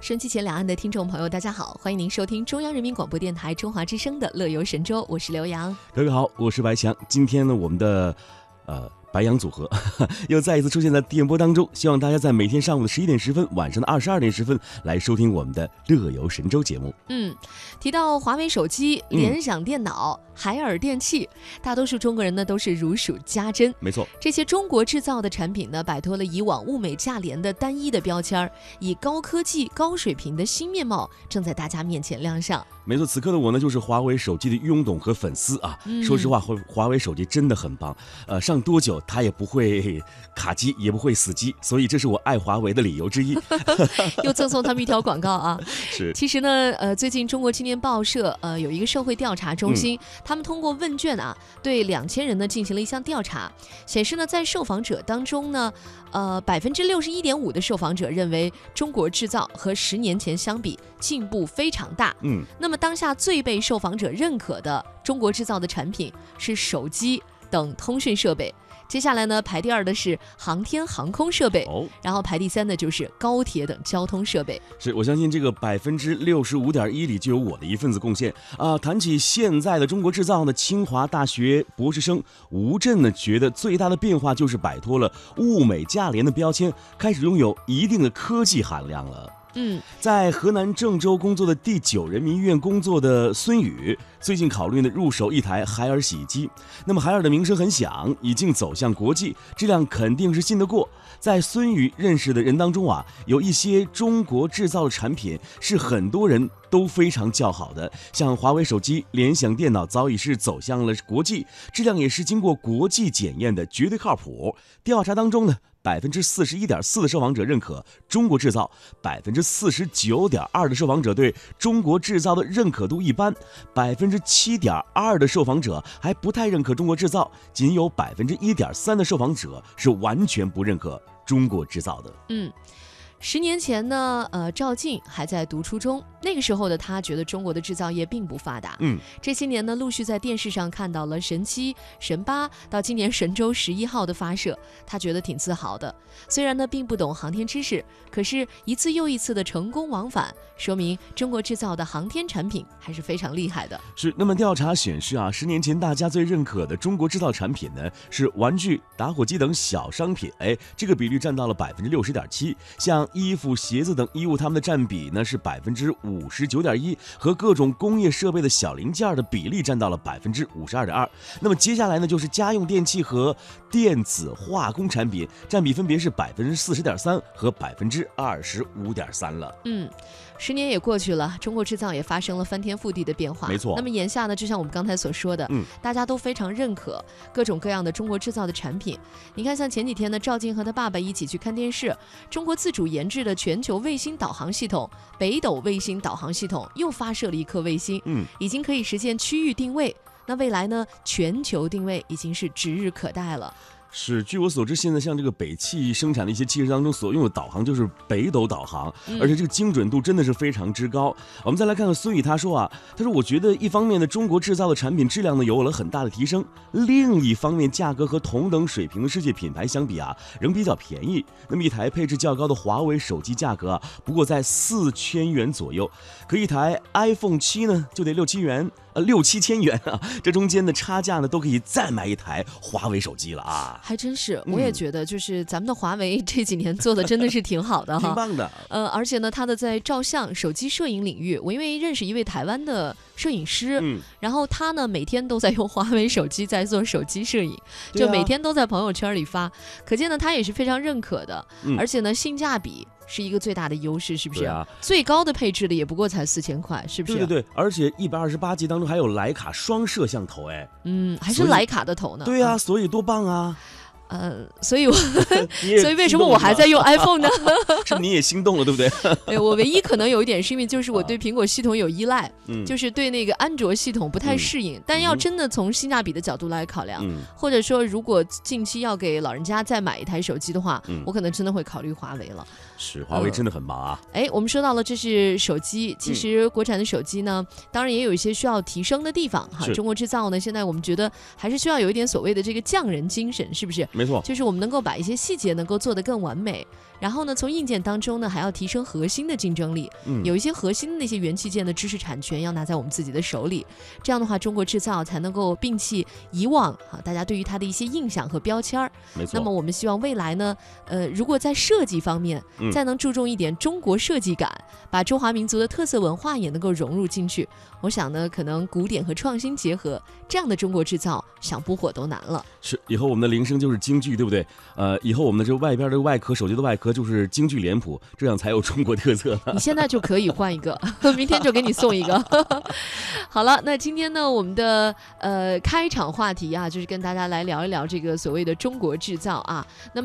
身机前两岸的听众朋友，大家好，欢迎您收听中央人民广播电台中华之声的《乐游神州》，我是刘洋。各位好，我是白翔。今天呢，我们的呃白羊组合 又再一次出现在电波当中，希望大家在每天上午的十一点十分、晚上的二十二点十分来收听我们的《乐游神州》节目。嗯，提到华为手机、嗯联想电脑、海尔电器，大多数中国人呢都是如数家珍。没错，这些中国制造的产品呢，摆脱了以往物美价廉的单一的标签儿，以高科技、高水平的新面貌正在大家面前亮相。没错，此刻的我呢，就是华为手机的拥趸和粉丝啊。嗯说实话，华华为手机真的很棒，呃，上多久它也不会卡机，也不会死机，所以这是我爱华为的理由之一。又赠送他们一条广告啊！ 是，其实呢，呃，最近中国青年报社呃有一个社会调查中心，他们通过问卷啊，对两千人呢进行了一项调查，显示呢，在受访者当中呢，呃，百分之六十一点五的受访者认为中国制造和十年前相比进步非常大。嗯，那么当下最被受访者认可的中国制造的产品是手机等通讯设备，接下来呢排第二的是航天航空设备，哦。然后排第三的就是高铁等交通设备。是我相信这个百分之六十五点一里就有我的一份子贡献啊！谈起现在的中国制造呢，清华大学博士生吴震呢，觉得最大的变化就是摆脱了物美价廉的标签，开始拥有一定的科技含量了。嗯，在河南郑州工作的第九人民医院工作的孙宇，最近考虑呢入手一台海尔洗衣机。那么海尔的名声很响，已经走向国际，质量肯定是信得过。在孙宇认识的人当中啊，有一些中国制造的产品是很多人都非常叫好的，像华为手机、联想电脑早已是走向了国际，质量也是经过国际检验的，绝对靠谱。调查当中呢，百分之四十一点四的受访者认可中国制造，百分之四十九点二的受访者对中国制造的认可度一般，百分之七点二的受访者还不太认可中国制造，仅有百分之一点三的受访者是完全不认可中国制造的。嗯，十年前呢，呃，赵静还在读初中，那个时候的她觉得中国的制造业并不发达。嗯，这些年呢，陆续在电视上看到了神七、神八，到今年神舟十一号的发射，她觉得挺自豪的。虽然呢，并不懂航天知识，可是一次又一次的成功往返，说明中国制造的航天产品还是非常厉害的。是，那么调查显示啊，十年前大家最认可的中国制造产品呢，是玩具、打火机等小商品，哎，这个比率占到了百分之六十点七。像衣服、鞋子等衣物，它们的占比呢是百分之五十九点一，和各种工业设备的小零件的比例占到了百分之五十二点二。那么接下来呢，就是家用电器和电子化工产品，占比分别是百分之四十点三和百分之二十五点三了。嗯，十年也过去了，中国制造也发生了翻天覆地的变化。没错那么眼下呢，就像我们刚才所说的，嗯大家都非常认可各种各样的中国制造的产品。你看，像前几天呢，赵静和他爸爸一起去看电视，中国自主研制的全球卫星导航系统——北斗卫星导航系统又发射了一颗卫星，嗯，已经可以实现区域定位。那未来呢，全球定位已经是指日可待了。是，据我所知，现在像这个北汽生产的一些汽车当中所用的导航就是北斗导航，嗯而且这个精准度真的是非常之高。我们再来看看孙宇，他说啊，他说我觉得一方面呢，中国制造的产品质量呢有了很大的提升，另一方面价格和同等水平的世界品牌相比啊，仍比较便宜。那么一台配置较高的华为手机价格啊，不过在四千元左右，可一台 iPhone 七呢就得六七元。呃，六七千元啊，这中间的差价呢，都可以再买一台华为手机了啊。还真是，我也嗯觉得，就是咱们的华为这几年做的真的是挺好的哈，挺棒的。呃，而且呢，他的在照相、手机摄影领域，我因为认识一位台湾的摄影师，嗯，然后他呢每天都在用华为手机在做手机摄影，对就啊每天都在朋友圈里发，可见呢他也是非常认可的，嗯而且呢性价比是一个最大的优势，是不是？对啊最高的配置的也不过才四千块，是不啊是？对对对，而且一百二十八 G 当中还有徕卡双摄像头，哎，嗯，还是所以徕卡的头呢。对呀、所以多棒啊！嗯，呃，所以我你也 所以为什么心动我了还吗在？用 iPhone 呢？是不是你也心动了，对 不对？对我唯一可能有一点是因为就是我啊对苹果系统有依赖，嗯，就是对那个安卓系统不太嗯适应。但要嗯真的从性价比的角度来考量，嗯，或者说如果近期要给老人家再买一台手机的话，嗯我可能真的会考虑华为了。是嗯华为真的很忙啊。哎，我们说到了这是手机，其嗯实国产的手机呢，当然也有一些需要提升的地方哈。是中国制造呢，现在我们觉得还是需要有一点所谓的这个匠人精神，是不是？没错，就是我们能够把一些细节能够做得更完美。然后呢，从硬件当中呢，还要提升核心的竞争力。嗯，有一些核心的那些元器件的知识产权要拿在我们自己的手里，这样的话，中国制造才能够摒弃以往啊大家对于它的一些印象和标签儿。没错。那么我们希望未来呢，呃，如果在设计方面嗯再能注重一点中国设计感，把中华民族的特色文化也能够融入进去，我想呢，可能古典和创新结合，这样的中国制造想不火都难了。是，以后我们的铃声就是京剧，对不对？呃，以后我们的这外边的外壳，手机的外壳就是京剧脸谱，这样才有中国特色。你现在就可以换一个， 明天就给你送一个。 好了，那今天呢，我们的呃开场话题啊，就是跟大家来聊一聊这个所谓的中国制造啊。那么。